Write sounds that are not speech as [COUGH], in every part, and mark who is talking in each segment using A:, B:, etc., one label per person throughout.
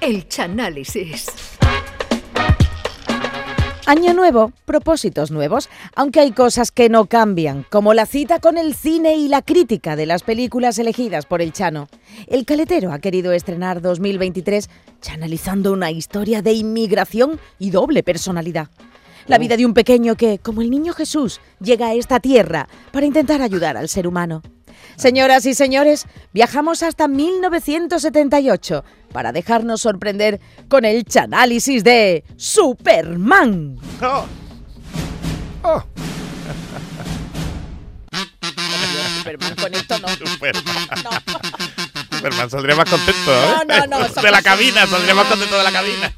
A: El chanálisis.
B: Año nuevo, propósitos nuevos, aunque hay cosas que no cambian, como la cita con el cine y la crítica de las películas elegidas por el Chano. El caletero ha querido estrenar 2023 chanalizando una historia de inmigración y doble personalidad. La vida de un pequeño que, como el niño Jesús, llega a esta tierra para intentar ayudar al ser humano. Señoras y señores, viajamos hasta 1978 para dejarnos sorprender con el chanálisis de Superman.
C: ¡Oh! ¡Oh!
B: Superman, con esto no.
C: Superman.
B: No,
C: Superman saldría más contento, ¿eh?
B: No, no, no,
C: De la
B: somos-
C: cabina, saldría más contento de la cabina.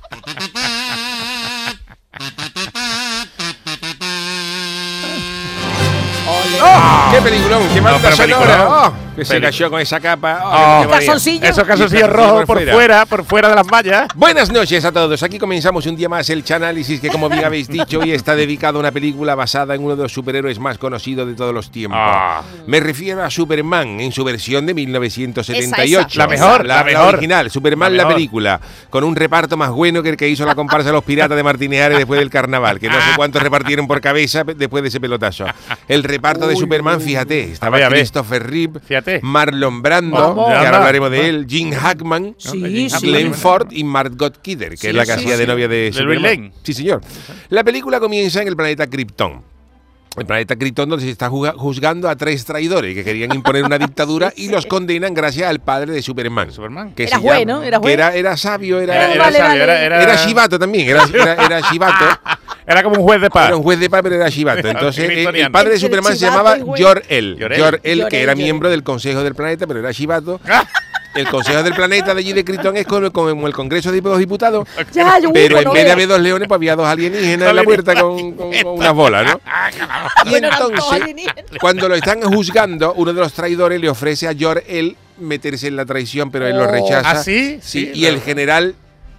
D: ¡Oh! [LAUGHS] ¡Qué peliculón! ¡Qué
C: No,
D: banda
C: pero
D: sonora!
C: peliculón.
D: ¡Oh! Que se
C: Pelic-
D: cayó con esa capa.
C: Oh.
D: ¡Oh! qué maravilla.
B: Calzoncillo.
C: Esos calzoncillos
D: Y
C: rojos
D: por
C: por
D: fuera.
C: fuera, por fuera de las mallas.
D: Buenas noches a todos. Aquí comenzamos un día más el Chanálisis, que como bien habéis dicho, hoy está dedicado a una película basada en uno de los superhéroes más conocidos de todos los tiempos.
C: Ah.
D: Mm. Me refiero a Superman en su versión de 1978.
A: Esa, esa.
C: La mejor, la mejor.
D: original, Superman
C: La
D: la,
C: mejor.
D: película, con un reparto más bueno que el que hizo la comparsa de los piratas de Martínez Ares después del carnaval, que no sé cuántos repartieron por cabeza pe- después de ese pelotazo. El reparto de Superman, fíjate, estaba
C: ver, a ver.
D: Christopher Reeve,
C: Fíjate.
D: Marlon Brando,
C: Vamos.
D: que
C: Anda.
D: ahora hablaremos de él, Jim Hackman,
B: Sí,
C: Ah,
B: sí.
D: Glenn Ford y Margot Kidder, que es la que
C: sí,
D: hacía de
C: sí.
D: novia de,
C: De
D: Superman.
C: Lois Lane.
D: Sí, señor. La película comienza en el planeta Krypton. El planeta Krypton donde se está juga- juzgando a tres traidores que querían
C: [LAUGHS]
D: imponer una dictadura y los condenan gracias al padre de Superman.
C: Superman.
D: Que
B: Era
D: se
B: güey,
D: llama-
B: ¿no? Era
D: que
B: güey.
D: Era, era sabio, era,
B: Ah,
C: Era,
D: era,
C: era
B: vale,
C: sabio,
B: vale.
C: era- era-
D: era chivato también, era,
C: [LAUGHS]
D: era, era chivato.
C: Era como un juez de paz.
D: Era un juez de paz, pero era chivato. Entonces,
C: Ah. Era
D: el- el,
C: kryptoniano.
D: padre de
B: Entre el
D: Superman se
B: chivato
D: llamaba
B: y güey.
D: Jor-El.
C: Jor-El.
D: Jor-El,
B: Jor-El,
D: que era
B: Jor-El.
D: miembro del Consejo del Planeta, pero era chivato.
C: Ah.
D: El Consejo del Planeta de allí de Krypton es como, como el Congreso de los Diputados,
B: Ya,
C: [LAUGHS]
B: yo,
D: pero en
B: no
D: vez de
B: veo.
D: haber dos leones, pues había dos alienígenas en la puerta con, con- con unas bolas,
C: Ah,
D: ¿no? Y
B: Bueno, eran todos
D: entonces,
B: alienígenas.
D: cuando lo están juzgando, uno de los traidores le ofrece a Jor-El meterse en la traición, pero él lo
B: Oh.
D: rechaza.
C: ¿Ah, sí?
D: Sí,
C: Sí,
D: y el
C: claro.
D: general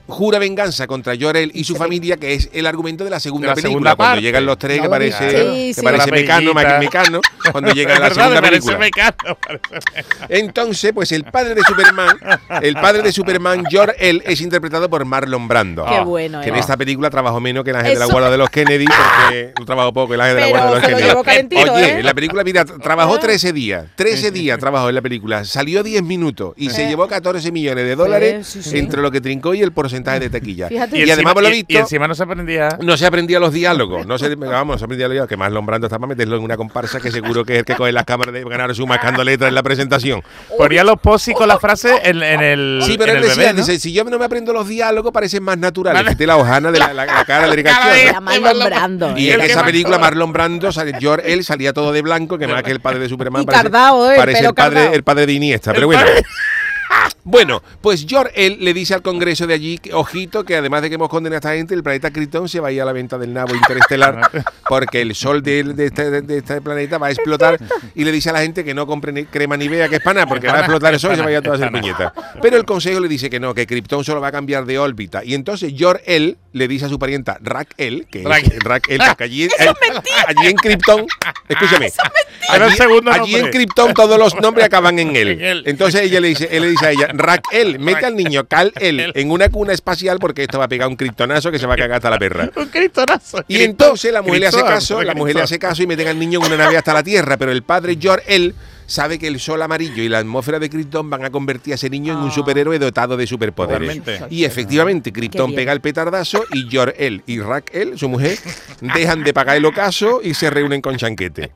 D: jura venganza contra Jor-El y su familia, que es el argumento de la segunda
C: De la
D: película.
C: segunda
D: cuando
C: parte.
D: llegan los tres,
B: No
D: que
B: lo
D: parece,
B: digas. Sí,
D: que
B: sí.
D: parece
C: Con la
D: Mecano,
C: pellita.
D: Michael Mecano, cuando llega
C: Es [LAUGHS]
D: la
C: verdad,
D: segunda
C: me parece
D: película.
C: mecano, parece-
D: Entonces, pues el padre de Superman, el padre de Superman, Jor-El, es interpretado por Marlon Brando.
B: Qué bueno,
D: Que en
B: eh.
D: esta película trabajó menos que el ángel de la
B: Eso.
D: guarda de los
B: [LAUGHS]
D: Kennedy, porque no trabajó poco el ángel de la
B: Pero
D: guarda de los
B: se lo
D: Kennedy.
B: llevó calentito,
D: Oye,
B: ¿eh? Ah.
D: la película, mira, tra- trabajó 13 días, 13 días trabajó en la película, salió 10 minutos y se llevó 14 millones de dólares
B: Pues, Sí, sí, sí.
D: entre lo que trincó y el porcentaje de taquilla.
B: Fíjate.
D: Y,
C: encima-
D: además, por lo
C: y-
D: visto,
C: Y encima no se aprendía.
D: no se aprendía los diálogos, no se, vamos, no se aprendía los diálogos, que más Lombrando está para meterlo en una comparsa que seguro que es el que coge las cámaras de ganar su mascando letras en la presentación.
C: Ponía los posis con la frase en, en el.
D: Sí, pero
C: en
D: él
C: el
D: decía,
C: bebé, ¿no?
D: dice, si yo no me aprendo los diálogos parecen más naturales.
C: Vale.
D: Quité la hojana de la, la-
C: [LAUGHS]
D: la cara de Rick
C: Cada
D: Alchiona.
B: Era Marlon Brando.
D: Y
E: ¿eh?
C: el
D: en
C: que
D: esa
C: más-
D: película Marlon Brando, sale- George, él salía todo de blanco, que más que el padre de Superman.
B: Y cardao, ¿eh?
D: parece
B: Pelo
D: el padre,
B: cardao.
D: el padre de Iniesta, pero bueno. [LAUGHS] Bueno, pues George él le dice al Congreso de allí, que, ojito, que además de que hemos condenado a esta gente, el planeta Krypton se va a ir a la venta del
C: [LAUGHS]
D: nabo interestelar, porque el sol de, de este, de este planeta va a explotar y le dice a la gente que no compre ni crema ni vea que es pana, porque va a explotar el sol y se va a ir a todas las puñetas. Pero el Consejo le dice que no, que Krypton solo va a cambiar de órbita. Y entonces George él le dice a su parienta Raquel, que
C: Raquel.
D: es Raquel, porque allí,
C: [LAUGHS]
D: allí en Krypton, escúchame,
C: Era el
D: allí,
C: segundo
D: allí en
C: nombre.
D: Krypton todos los nombres acaban en él.
C: [LAUGHS] En él.
D: Entonces ella le dice, él le dice a ella, Raquel, mete al niño Cal él en una cuna espacial porque esto va a pegar un criptonazo que se va a cagar hasta la perra.
C: Un cristonazo.
D: Y entonces la mujer le hace
C: Criptoan,
D: caso, la mujer le hace
C: criptoan.
D: caso y meten al niño en una nave hasta la Tierra, pero el padre George él sabe que el sol amarillo y la atmósfera de Krypton van a convertir a ese niño en un superhéroe dotado de superpoderes.
C: Totalmente.
D: Y efectivamente, Krypton
B: bien.
D: pega el petardazo y George él y Raquel, su mujer, dejan de pagar el ocaso y se reúnen con Chanquete.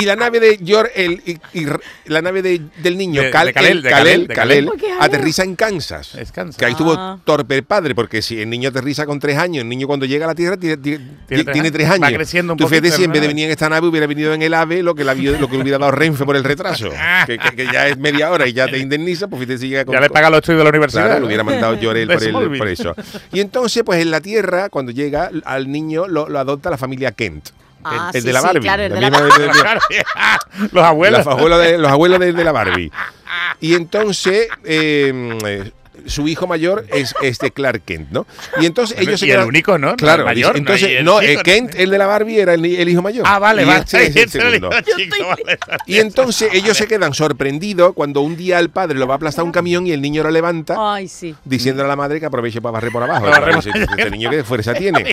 D: Y la nave de George él y, y r- la nave de- del niño
C: De-
D: Kal,
C: de Kal-El,
D: el,
C: de
D: Kal-El,
C: Kal-El, de
D: Kal-El,
C: Kal-El.
B: Porque, ah,
D: aterriza en Kansas.
C: Es Kansas.
D: Que ahí
B: Ah.
D: estuvo torpe el padre, porque si el niño aterriza con tres años, el niño cuando llega a la Tierra tiene, tiene-
C: Tiene tres
D: tiene tres
C: años.
D: años.
C: Va creciendo un
D: Tú fíjate
C: poquito,
D: si en vez de
C: ¿no?
D: venir en esta nave hubiera venido en el AVE lo que, la, vi- lo que hubiera dado Renfe por
C: [LAUGHS]
D: el retraso, que, que- que ya es media hora y ya te indemniza, pues fíjate si llega con,
C: Ya le paga los estudios de la universidad.
D: Claro, lo hubiera mandado
C: [LAUGHS]
D: Llorel por, el-
C: Smallville.
D: por eso. Y entonces, pues en la Tierra, cuando llega al niño, lo, lo adopta la familia Kent.
B: Ah,
D: el, el
B: sí,
D: de la
B: sí,
D: Barbie.
B: claro, el
D: la
B: de la
D: misma- de- de-
C: los abuelos.
D: los abuelos de, los abuelos de, de la Barbie. Y entonces eh, eh, su hijo mayor es este Clark Kent, ¿no? Y entonces
C: Bueno,
D: ellos se
C: y el
D: quedan-
C: único, ¿no? No,
D: Claro,
C: el mayor,
D: dice-
C: no,
D: entonces,
C: y el
D: no,
C: chico,
D: eh,
C: ¿no?
D: Kent, el de la Barbie, era el, ni- el hijo mayor.
C: Ah, vale,
D: Y
C: vale.
D: este es el
C: Ese era [LAUGHS] el
D: segundo.
C: hijo chico, vale.
D: Y entonces ellos se quedan sorprendidos cuando un día el padre lo va a aplastar un camión y el niño lo levanta
B: Ah.
E: Ay, sí.
D: diciéndole a la madre que aproveche para barrer por abajo.
C: Para barrer
D: Dice, este niño que fuerza tiene.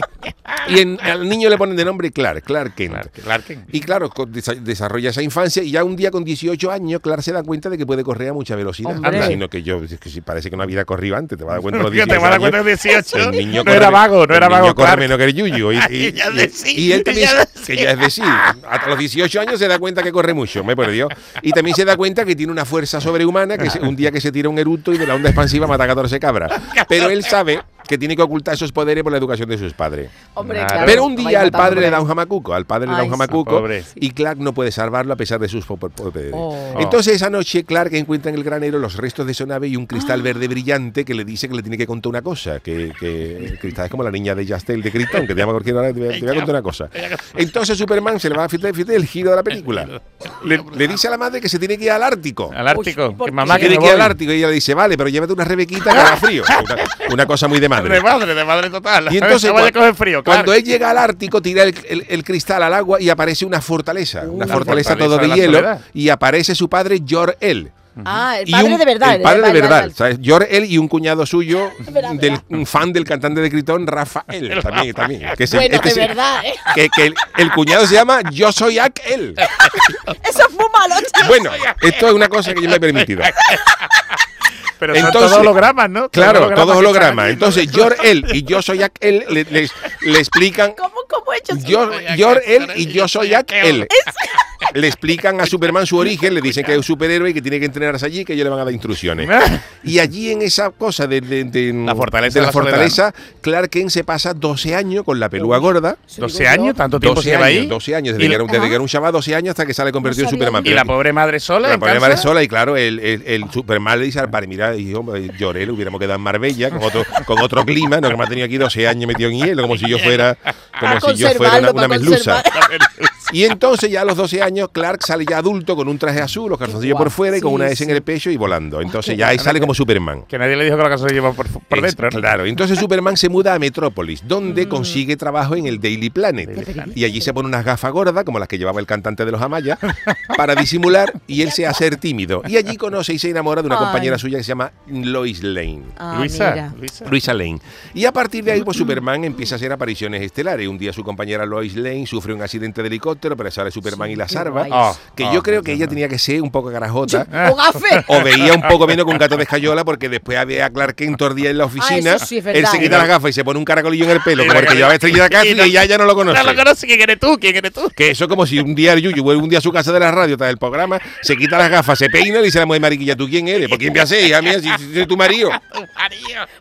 D: Y en- al niño le ponen de nombre Clark, Clark Kent.
C: Clark- Clark Kent.
D: Y claro, co- desa- desarrolla esa infancia y ya un día con 18 años, Clark se da cuenta de que puede correr a mucha velocidad.
E: Hombre.
D: Anda, sino que yo, es que si parece que no había corrido antes, te vas a dar cuenta a los
C: Fíjate,
D: 18
C: me da
D: años,
C: cuenta de 18.
D: El niño
C: No
D: corre-
C: era vago, no
D: el
C: era
D: niño
C: vago,
D: corre
C: Clark.
D: menos que el
C: [LAUGHS]
D: yuyu. Y, y-
C: Ya
D: y-
C: de sí,
D: y él también
C: ya de
D: se- que ya es decir, hasta los 18 años se da cuenta que corre mucho, me perdió. Y también se da cuenta que tiene una fuerza sobrehumana, que se- un día que se tira un eruto y de la onda expansiva mata 14 cabras. Pero él sabe que tiene que ocultar esos poderes por la educación de sus padres.
E: Hombre,
C: Claro.
E: claro.
D: Pero un
E: no vais
D: día al
E: matando
D: padre
E: por
D: le
E: ahí.
D: da un jamacuco, al padre le da
E: Ay,
D: un
E: sí.
D: jamacuco
C: Pobre.
D: y Clark no puede salvarlo a pesar de sus po- po- poderes.
E: Oh.
D: Entonces esa noche Clark encuentra en el granero los restos de su nave y un
E: Ah.
D: cristal verde brillante que le dice que le tiene que contar una cosa, que, que el cristal es como la niña de Jastel de Krypton, que te llama a cualquier hora y te voy a te voy a contar una cosa. Entonces Superman se le va a fíjate, fíjate el giro de la película. Le, le dice a la madre que se tiene que ir al Ártico.
C: Al Ártico.
E: Uy, ¿por
C: que
E: qué?
C: mamá
D: Se
C: que
D: tiene
C: me
D: que ir al
C: voy.
D: Ártico y ella le dice, vale, pero llévate una rebequita que haga frío. Una, una cosa muy de madre.
C: De madre, de madre total.
D: Y entonces
C: no vaya a
D: cua-
C: coger frío, claro.
D: cuando él llega al Ártico, tira el, el- el cristal al agua y aparece una fortaleza. una
C: La
D: fortaleza,
C: fortaleza
D: todo
C: de
D: de,
C: la
D: hielo.
C: soledad.
D: Y aparece su padre, Jor-El.
E: Ah, el
D: Y
E: padre
D: un-
E: de verdad.
D: El padre de
E: vale,
D: verdad.
E: vale,
D: ¿sabes? Jor-El y un
E: [LAUGHS]
D: cuñado suyo,
E: Verá,
D: del,
E: verá.
D: un fan del cantante de
C: [LAUGHS]
D: Critón, Rafael. También, también. Que se-
E: vale. Bueno,
D: este
E: de
D: se-
E: verdad, ¿eh?
D: que- que el, el cuñado se llama Yo
C: [LAUGHS]
D: soy Ak-El.
E: Eso es muy malo, chaval.
D: Bueno, esto es una cosa que yo me
C: [LAUGHS]
D: he permitido.
C: Pero son
D: Entonces-
C: todos hologramas, ¿no?
D: Claro, todos
C: que están
D: hologramas.
C: allí, ¿no?
D: Entonces, Jor-El y Yo soy Ak-El le, les- le explican
E: ¿Cómo, cómo he hecho eso?
D: Yo, Yor él y yo soy Jack [LAUGHS] él. Le explican a Superman su origen, le dicen que es un superhéroe y que tiene que entrenarse allí, que ellos le van a dar instrucciones. Y allí en esa cosa de, de- de-
C: La fortaleza
D: de la,
C: de la
D: fortaleza, Clark Kent se pasa 12 años con la pelúa gorda.
C: 12 años, tanto tiempo
D: 12
C: se va ahí.
D: años, 12 años,
C: Y
D: desde,
C: la-
D: que era, un- desde que era un chaval, 12 años hasta que sale convertido en Superman.
C: Y
D: Pero
C: la
D: aquí-
C: pobre madre sola.
D: la
C: en
D: pobre
C: casa.
D: madre sola y claro, el, el, el Superman le dice al padre, mira, hijo, lloré, le hubiéramos quedado en Marbella con otro, con otro clima, no que me ha tenido aquí 12 años metido en hielo, como si yo fuera, como
E: Para
D: si yo fuera una,
E: conservarlo,
D: una
E: para
D: merluza.
E: conservar.
D: Y entonces ya a los 12 años Clark sale ya adulto con un traje azul, los calzoncillos por fuera y con
E: Sí,
D: una S en
E: sí.
D: el pecho y volando. Entonces ya ahí sale como Superman.
C: Que nadie le dijo que la casa se lleva por, por
D: Es-
C: dentro. ¿no?
D: Claro, entonces Superman se muda a Metrópolis,
E: Mm.
D: donde consigue trabajo en el Daily Planet. Y allí se pone unas gafas gordas, como las que llevaba el cantante de los Amaya, para disimular y él se hace el tímido. Y allí conoce y se enamora de una
E: Ay.
D: compañera suya que se llama Lois Lane.
E: Ah,
C: Luisa,
E: mira.
C: Luisa.
D: Luisa Lane. Y a partir de ahí, pues Superman empieza a hacer apariciones estelares. Un día su compañera Lois Lane sufre un accidente de helicóptero, pero sale Superman y la
E: qué
D: salva.
E: guay.
C: Ah,
D: Que
C: ah,
D: yo creo que
C: no,
D: ella
C: no.
D: tenía que ser un poco garajota.
E: [LAUGHS] O gafe.
D: [LAUGHS] O veía un poco menos que un gato de escayola porque después había a Clark Kent todo el día en la oficina.
E: Ah, eso sí es verdad.
D: él se quita las gafas y se pone un caracolillo en el pelo
C: Y
D: porque
C: la-
D: llevaba estrellita casi
C: y la-
D: y ya, ya no lo conoce.
C: No lo conoce. ¿Quién eres tú? ¿Quién eres tú?
D: Que eso es como si un día el Yuyu vuelve un día a su casa de la radio tras el programa, se quita las gafas, se peina y le dice a la mujer mariquilla, ¿tú quién eres? ¿Por quién me haces? Hija mía, si, si soy tu marido.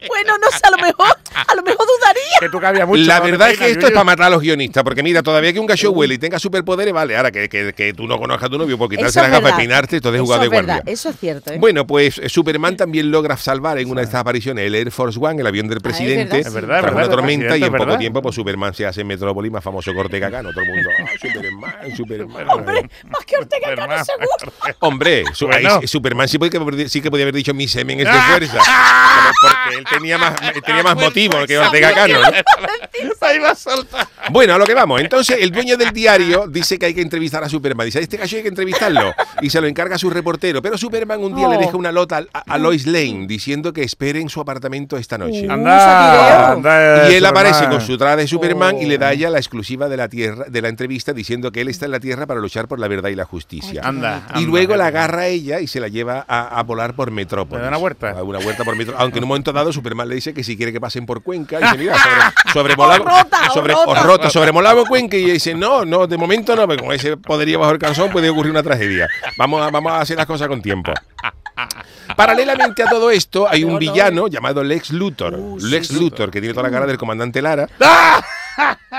E: Bueno, no sé, a lo mejor, a lo mejor dudaría.
C: Que tú cambias mucho.
D: la
C: ¿no?
D: verdad
C: Te
D: es que esto
C: peinas,
D: es para
C: Yuyu.
D: matar a los guionistas, porque mira, todavía que un gacho huele y tenga superpoderes, vale, ahora que, que- que tú no conozcas a tu novio por quitarse
E: Eso
D: las
E: es
D: gafas y
E: verdad.
D: peinarte, esto es
E: Eso
D: jugar de
E: es verdad,
D: guardia.
E: Eso es cierto, ¿eh?
D: Bueno, pues eh, Superman también logra salvar en una de estas apariciones el Air Force One, el avión del
E: verdad,
D: presidente,
E: sí. Ah, Es
C: verdad, es
D: tras una
C: verdad,
D: tormenta y
C: presidente,
D: en
C: es
D: poco
C: verdad.
D: tiempo pues Superman se hace en Metrópolis más famoso corte que acá, no todo el mundo,
C: [LAUGHS]
D: "Ah, Superman, Superman.
E: Hombre, más que Ortega Cano
C: Superman.
E: seguro.
D: Hombre, su- ahí
C: Bueno.
D: sí- Superman sí, puede que haber di- sí que podía haber dicho mi semen es de
C: Ah, pues,
D: fuerza,
C: ah,
D: porque él
C: [LAUGHS]
D: tenía más, él tenía más
C: fuerza,
D: motivo que
C: esa
D: Ortega Cano.
C: [LAUGHS]
D: ¿no?
C: Ahí va a saltar.
D: Bueno, a lo que vamos. Entonces, el dueño del diario dice que hay que entrevistar a Superman. Dice, a este gallo hay que entrevistarlo. Y se lo encarga a su reportero. Pero Superman un día
E: Oh.
D: le deja una nota a, a Lois Lane diciendo que espere en su apartamento esta noche.
E: Ah. satireo.
C: Anda, anda.
D: Y él aparece
C: Superman.
D: con su traje de Superman
E: Oh.
D: y le da a ella la exclusiva de la tierra, de la entrevista, diciendo que él está en la tierra para luchar por la verdad y la justicia.
C: Anda, anda.
D: Y luego la agarra a ella y se la lleva a, a volar por Metrópolis.
C: Le da una vuelta.
D: A una vuelta por Metrópolis. Aunque en un momento dado Superman le dice que si quiere que pasen por Cuenca, y dice, mira,
C: [LAUGHS]
D: sobre, sobre Molago-
E: Horrota,
D: sobre,
E: horrota.
D: horrota, sobre Molago, Cuenca. Y ella dice, no, no, de momento no, porque con ese podería bajo el calzón puede ocurrir una tragedia. Vamos a, vamos a hacer las cosas
C: [LAUGHS]
D: con tiempo. Paralelamente a todo esto, hay un villano llamado Lex Luthor. Lex Luthor, que tiene toda la cara del comandante Lara.
C: ¡Ah!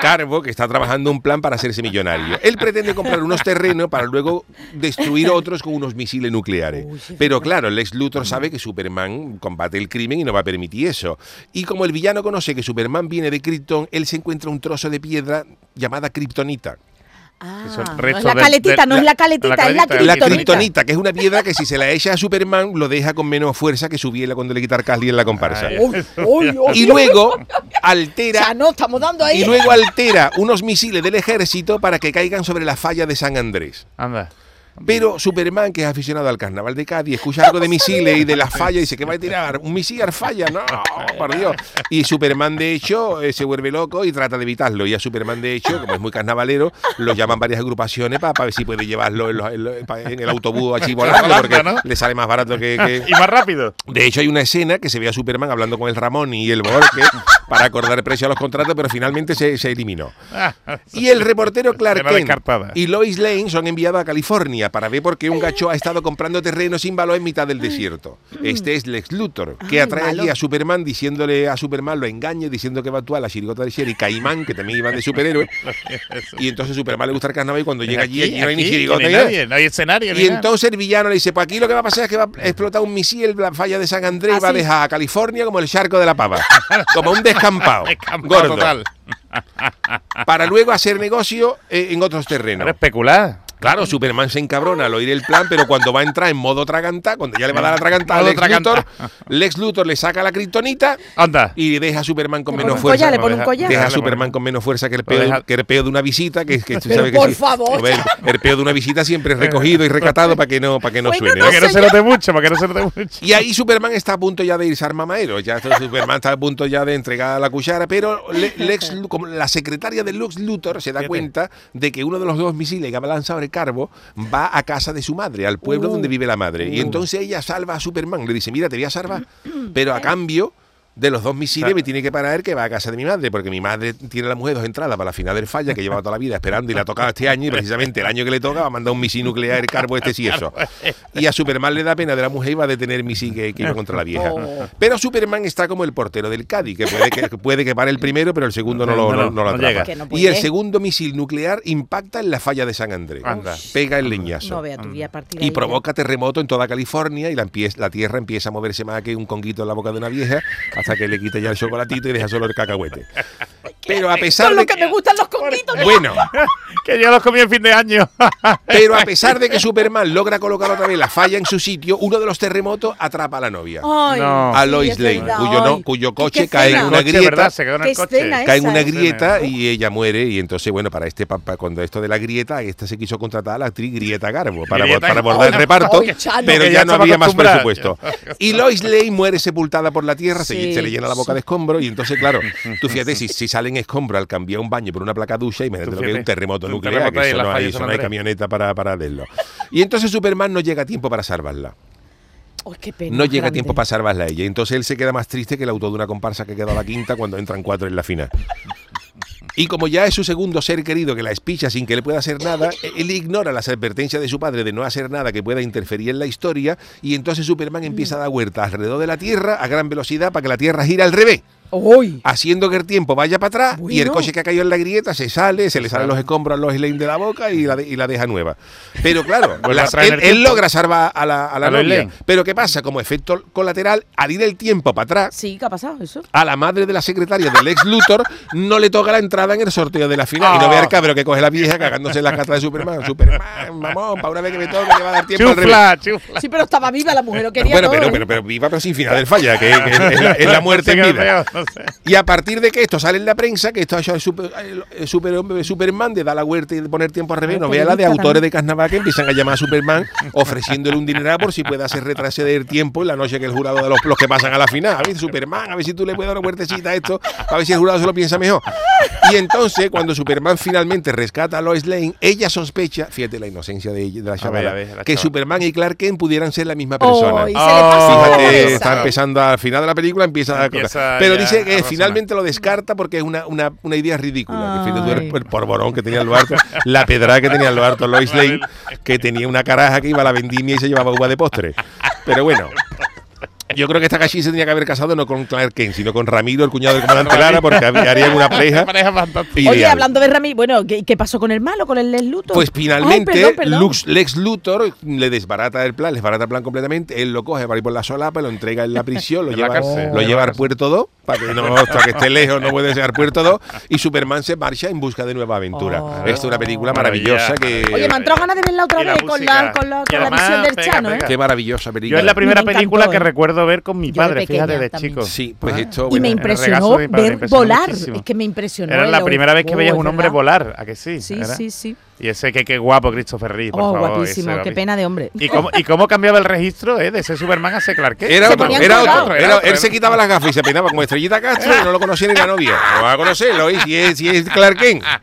D: Carbo, que está trabajando un plan para hacerse millonario. Él pretende comprar unos terrenos para luego destruir otros con unos misiles nucleares. Pero claro, Lex Luthor sabe que Superman combate el crimen y no va a permitir eso. Y como el villano conoce que Superman viene de Krypton, él se encuentra un trozo de piedra llamada Kryptonita.
E: Ah,
C: son
E: no es
C: restos
E: la
C: de-
E: caletita,
C: de-
E: no es
C: la-
E: la caletita,
C: la
E: es la
B: Ah,
C: caletita,
D: La
E: criptonita.
D: criptonita, que es una piedra que si se la echa a Superman lo deja con menos fuerza que su biela cuando le quita Arcaldi en la comparsa.
C: Ay,
E: Uy, uy, uy.
D: Y luego
E: O sea,
D: altera
E: no, estamos dando ahí.
D: y luego altera unos misiles del ejército para que caigan sobre la falla de San Andrés.
C: Anda.
D: Pero Superman, que es aficionado al carnaval de Cádiz, escucha algo de misiles y de las fallas y dice que va a tirar un misil a falla, no, por Dios. Y Superman, de hecho, eh, se vuelve loco y trata de evitarlo. Y a Superman, de hecho, como es muy carnavalero, lo llaman varias agrupaciones para ver si puede llevarlo en, los- en los- pa- en el autobús allí volando, porque
C: ¿no?
D: le sale más barato que- que,
C: Ah, Y más rápido.
D: de hecho, hay una escena que se ve a Superman hablando con el Ramón y el Borque para acordar precio a los contratos, pero finalmente se, se eliminó.
C: Ah,
D: [LAUGHS] Y el reportero Clark
C: Escena
D: Kent
C: descartada.
D: y Lois Lane son enviados a California para ver por qué un gacho ha estado comprando terreno sin valor en mitad del desierto. Este es Lex Luthor, que
E: Ay,
D: atrae allí
E: malo.
D: a Superman diciéndole a Superman, lo engaña diciendo que va a actuar la chirigota de Sherry Caimán, que también iba de superhéroe. Y entonces Superman le gusta el carnaval y cuando llega allí, allí no hay ni
C: aquí,
D: chirigota
C: no hay
D: ni nada.
C: nadie, no hay escenario. ni
D: Y
C: nada. [LAUGHS]
D: entonces el villano le dice, pues aquí lo que va a pasar es que va a explotar un misil, la falla de San Andrés, y va a
E: Así.
D: dejar a California como el charco de
C: [LAUGHS]
D: la pava. Como un descampado.
C: Descampado
D: gordo.
C: total.
D: Para luego hacer negocio eh, en otros
C: Para
D: terrenos.
C: especular.
D: Claro, Superman se encabrona al oír el plan, pero cuando va a entrar en modo traganta, cuando ya le va a dar la traganta a
C: Modo
D: Lex Luthor,
C: traganta.
D: Lex Luthor le saca la kriptonita
C: Anda.
D: y deja a Superman con
E: Le
D: menos
E: pone un collar,
D: fuerza.
E: le pone un collar.
D: Deja a
C: Dale,
D: Superman
C: bueno.
D: con menos fuerza que el
C: Lo
D: peo,
C: deja-
D: que el peo de una visita, que, que tú
E: Pero
D: sabes que
E: por
D: sí.
E: favor.
D: Joder, el peo de una visita siempre es recogido y recatado para que no, para que no
E: Bueno,
D: suene.
E: no
D: ¿no?
C: Para que no se note mucho, para que no se note
D: [LAUGHS]
C: mucho.
D: Y ahí Superman está a punto ya de irse al mamadero. Ya está- Superman está a punto ya de entregar la cuchara, pero Le-
E: [LAUGHS]
D: Lex Lu- como la secretaria de Lex Luthor se da
C: Fíjate.
D: cuenta de que uno de los dos misiles que ha lanzado el carbo va a casa de su madre, al pueblo donde vive la madre. Y entonces ella salva a Superman. Le dice, mira, te voy a [CLEARS THROAT] salvar, pero a cambio... De los dos misiles me tiene que parar que va a casa de mi madre, porque mi madre tiene la mujer dos entradas para la final del falla que llevaba toda la vida esperando y la ha tocado este año y precisamente el año que le toca va a mandar un misil nuclear el carbo este [LAUGHS] sí eso. Y a Superman le da pena de la mujer y va a detener misil que, que iba contra la vieja.
E: Oh.
D: Pero Superman está como el portero del Cádiz, que puede que, puede que pare el primero, pero el segundo no lo, no, no lo
C: No llega.
D: atrapa.
E: Que no
D: y el
E: puede.
D: segundo misil nuclear impacta en la falla de San Andrés.
C: Anda.
D: Pega el leñazo.
E: No vea tu vida partida.
D: Y provoca terremoto en toda California y la, empie- la tierra empieza a moverse más que un conguito en la boca de una vieja hasta que le quita ya el chocolatito y deja solo
E: [LAUGHS]
D: el cacahuete. Pero a pesar
E: Con
D: de
E: lo que me gustan los conguitos.
D: bueno,
C: Que yo los comí en fin de año.
D: pero a pesar de que Superman logra colocar otra vez la falla en su sitio, uno de los terremotos atrapa a la novia.
E: Ay,
C: No.
D: a
E: sí,
D: Lois
E: es
D: Lane,
E: verdad,
D: cuyo, no-
E: ay.
D: cuyo
E: Qué-
D: coche
E: qué
D: cae en
E: escena.
D: una
C: Coche,
D: grieta.
C: ¿verdad? Se quedó en el
E: Qué
C: coche.
E: escena, ¿eh?
D: Cae en
E: Esa
D: una
E: es.
D: grieta y ella muere. Y entonces, bueno, para este papá, cuando esto de la grieta, esta se quiso contratar a la actriz Grieta Garbo para,
C: Grieta
D: para
C: Garbo.
D: abordar el
E: Ay,
D: reparto,
E: ay, Chano.
D: pero
C: Que
D: ya
C: ya
D: no
C: estaba
D: había más
C: acostumbrada.
D: presupuesto.
C: [LAUGHS]
D: Y Lois Lane muere sepultada por la tierra, se,
E: Sí,
D: se le llena la boca
E: sí.
D: de escombro. Y entonces, claro, tú fíjate, si, si salen escombros al cambiar un baño por una placa ducha, imagínate
C: Tú
D: lo que es un
C: fíjate.
D: terremoto
C: Un
D: nuclear,
C: terremoto
D: que
C: ahí en
D: eso
C: la
D: no
C: falla
D: hay,
C: de
D: eso
C: San
D: no hay
C: Andrés.
D: camioneta para, para hacerlo. Y entonces Superman no llega a tiempo para salvarla.
E: Ay, qué pena
D: No llega a
E: grande.
D: tiempo para salvarla a ella. Entonces él se queda más triste que el auto de una comparsa que queda a la quinta cuando entran cuatro en la final. Y como ya es su segundo ser querido que la espicha sin que le pueda hacer nada, e-, él ignora las advertencias de su padre de no hacer nada que pueda interferir en la historia y entonces Superman empieza a dar vueltas alrededor de la Tierra a gran velocidad para que la Tierra gira al revés,
E: Uy.
D: haciendo que el tiempo vaya para atrás y el
E: Bueno.
D: coche que ha caído en la grieta se sale, se le salen los escombros a los Lane de la boca y la, de- y la deja nueva. Pero claro,
C: [LAUGHS] Vuelve
D: las-
C: a traer
D: él,
C: el
D: él
C: tiempo.
D: logra salvar a la, a la
C: A los
D: novia.
C: Lane.
D: Pero ¿qué pasa? Como efecto colateral, al ir el tiempo para atrás,
E: Sí, ¿qué ha pasado eso?
D: a la madre de la secretaria del ex Luthor no le toca la entrada en el sorteo de la final. Y no
C: Ah.
D: ve al cabrón que coge la vieja cagándose en la casa de Superman. Superman, mamón, para una vez que me toque, le va a dar tiempo al revés.
C: Chufla, chufla.
E: Sí, pero estaba viva la mujer, lo quería
D: Bueno,
E: todo.
D: pero,
E: ¿eh?
D: pero, pero viva, pero sin final del falla, que, que es, la,
C: [LAUGHS]
D: es la muerte
C: No sé
D: en
C: qué
D: vida.
C: veo, no sé.
D: Y a partir de que esto sale en la prensa, que esto ha hecho el super- el superhombre- Superman de dar la vuelta y de poner tiempo al revés,
E: Ay,
D: no vea la de
E: periodista
D: autores
E: también.
D: de carnaval que empiezan a llamar a Superman ofreciéndole un dineral por si puede hacer retroceder tiempo en la noche que el jurado de los, los que pasan a la final. A ver, Superman, a ver si tú le puedes dar una vueltecita a esto, a ver si el jurado se lo piensa mejor. Y entonces, cuando Superman finalmente rescata a Lois Lane, ella sospecha, fíjate la inocencia de, ella- de la chavala,
C: a ver, la
D: que
C: chavala.
D: Superman y Clark Kent pudieran ser la misma persona.
E: Ay, se le
C: Ah,
E: pasó
C: Oh,
D: Fíjate,
E: esa.
D: está empezando al final de la película, empieza, a
C: Empieza
D: cosas. Pero
C: ya
D: dice
C: a
D: que
C: razonar.
D: finalmente lo descarta porque es una, una, una idea ridícula. Que fíjate tú
E: Ay.
D: el, el porborón que tenía el Loarto, la pedrada que tenía el Loarto, Lois Lane, que tenía una caraja que iba a la vendimia y se llevaba uva de postre. Pero bueno. Yo creo que esta Kashi se tenía que haber casado no con Clark Kent, sino con Ramiro, el cuñado del
C: [LAUGHS]
D: comandante Lara, porque hab- harían una pareja.
C: pareja fantástica.
D: Y-
E: Oye,
D: Ideal.
E: hablando de Rami, bueno, ¿qué, qué pasó con el malo, con el Lex Luthor?
D: Pues finalmente
E: Ay, perdón, perdón.
D: Lux- Lex Luthor le desbarata el plan, le desbarata el plan completamente, él lo coge para ir por la solapa, lo entrega en la prisión,
C: [LAUGHS]
D: lo
C: En la
D: lleva,
C: cárcel.
D: lo
C: En la
D: lleva al
C: cárcel.
D: puerto 2, para que,
C: [LAUGHS]
D: no, para que esté lejos, no puede llegar al puerto 2, y Superman se marcha en busca de nueva aventura.
E: Oh.
D: Esta es una película maravillosa
C: Maravilla.
D: que...
B: Oye, me han entrado ganas de verla otra
C: Y la
B: vez con
C: música.
B: la, con la,
C: Y
B: con la
C: además,
B: visión del
C: pega,
B: Chano, ¿eh?
C: pega.
D: Qué maravillosa
C: Yo
D: película.
C: es la primera
E: Me encantó,
C: película que
E: ¿eh?
C: recuerdo ver con mi
B: Yo de
C: padre, fíjate,
B: pequeña
C: de
B: también.
C: chico.
D: Sí, pues esto...
B: Ah. Y me
C: Bueno, el
B: impresionó
C: regazo de mi padre me
B: ver
C: impresionó
B: volar.
C: muchísimo.
B: Es que me impresionó.
C: Era
B: el
C: la
B: old
C: primera vez que
B: boy,
C: veías un hombre
B: ¿verdad?
C: volar, ¿a que sí?
E: Sí,
C: ¿Verdad?
E: sí, sí.
C: Y ese que qué guapo Christopher Reeve, por
B: Oh,
C: favor.
B: guapísimo.
C: ese,
B: Qué
C: guapísimo.
B: pena de hombre.
C: ¿Y cómo, ¿Y cómo cambiaba el registro eh, de ese Superman a ese Clark Kent?
D: Era
B: Se
D: otro,
B: ponían
D: era
B: colgados.
D: otro, era otro. Él se quitaba las gafas y se peinaba como Estrellita Castro y no lo conocía ni la novia. Lo va a conocerlo, ¿eh? si es, si es Clark Kent.
C: Ah,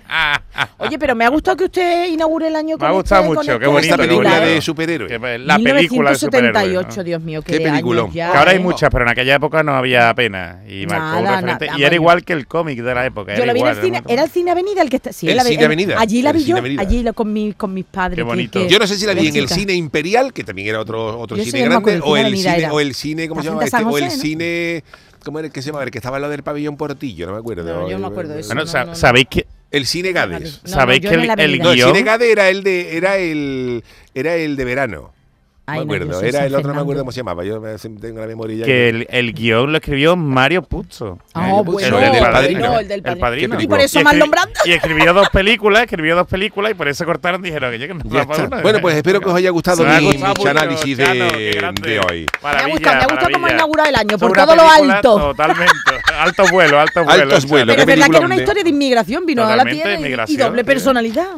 B: Oye, pero me ha gustado que usted inaugure el año
C: Me
B: con
C: ha gustado
B: este- con
C: mucho,
B: este
C: qué bonito.
D: Esta
C: qué
D: película
B: espectacular.
C: bonito.
D: de superhéroes.
C: Que, pues, La película de superhéroes,
B: 1978,
C: ¿no?
B: Dios mío, qué,
D: Qué
B: de años
D: peliculón.
B: ya,
C: Que ahora hay
B: ¿eh?
C: muchas, pero en aquella época no había apenas. Y marcó un
B: Nada,
C: referente.
B: nada,
C: y era
B: vaya.
C: igual que el cómic de la época.
B: Yo
C: era
B: la vi en
C: igual,
B: el cine,
C: ¿no?
B: era el cine Avenida el que está, sí,
D: El
B: la vi-
D: Cine Avenida,
B: Allí la
D: el
B: vi
D: Cine
B: yo,
D: Avenida.
B: allí la- con, mi, con mis padres. que-
C: Qué bonito.
B: que-
D: Yo no sé si la vi en el
B: Eh, chica.
D: cine Imperial, que también era otro, otro
B: Yo
D: cine
B: sí, no me
D: grande,
B: acuerdo,
D: o
B: el
D: el
B: cine Avenida
D: cine,
B: era.
D: o el cine, ¿cómo se
B: La
D: llamaba
B: Cinta
D: este?
B: San
D: O el
B: José, ¿no?
D: cine, ¿cómo era el que se llamaba? El que estaba al lado del pabellón Portillo, no me acuerdo. Ah,
B: No, yo no me acuerdo de eso.
C: Bueno,
B: No,
C: sa-
B: no, no.
C: ¿sabéis que,
D: El cine Gades.
B: No,
C: sabéis
B: yo
C: que
B: no
C: el,
B: la vi,
C: el
B: no.
D: No, el
C: guión...
D: cine Gades era el de, era el, era el de verano.
B: Ay,
D: me
B: no,
D: acuerdo,
B: yo soy
D: era
B: San
D: el otro, no me acuerdo
B: Fernando.
D: cómo se llamaba. Yo me- tengo la memoria ya.
C: que el, el guión lo escribió Mario Puzo.
B: Ah,
D: El
B: bueno,
D: del
B: bueno,
D: Padrino.
B: el del
C: El
B: Padrino.
C: padrino.
D: Y por
B: eso
C: escri-
B: Marlon Brando.
C: Y escribió dos películas, escribió dos películas y por eso cortaron dijeron que ya que no
D: Ya
C: da pa'
D: está.
C: una.
D: Bueno, pues espero que os haya gustado
C: Se me ha
D: mi,
C: gustado
D: mi análisis de,
C: Chano, qué grande.
D: de hoy.
B: Me ha
C: Maravilla,
B: gustado, me ha gustado cómo ha
C: maravilla.
B: inaugurado el año,
C: Sobre
B: por
C: una
B: todo lo
C: película
B: alto.
C: Totalmente. Alto vuelo, alto vuelo.
D: Altos vuelos,
B: Pero
D: qué
B: es verdad que era
D: peliculón
B: una
D: de-
B: historia de inmigración, vino a la
C: Totalmente
B: tierra
C: de
B: y- y
C: inmigración,
B: doble
C: sí.
B: personalidad.